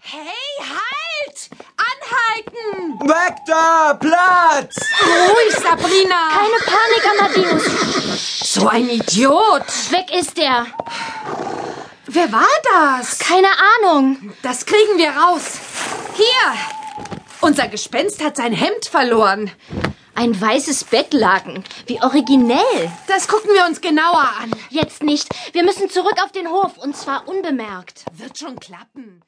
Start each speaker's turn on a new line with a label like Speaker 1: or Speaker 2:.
Speaker 1: Hey, halt! Anhalten!
Speaker 2: Weg da! Platz!
Speaker 1: Ruhig, Sabrina!
Speaker 3: Keine Panik, Amadeus.
Speaker 1: So ein Idiot!
Speaker 3: Weg ist er.
Speaker 1: Wer war das?
Speaker 3: Keine Ahnung.
Speaker 1: Das kriegen wir raus. Hier! Unser Gespenst hat sein Hemd verloren.
Speaker 3: Ein weißes Bettlaken. Wie originell.
Speaker 1: Das gucken wir uns genauer an.
Speaker 3: Jetzt nicht. Wir müssen zurück auf den Hof und zwar unbemerkt.
Speaker 1: Wird schon klappen.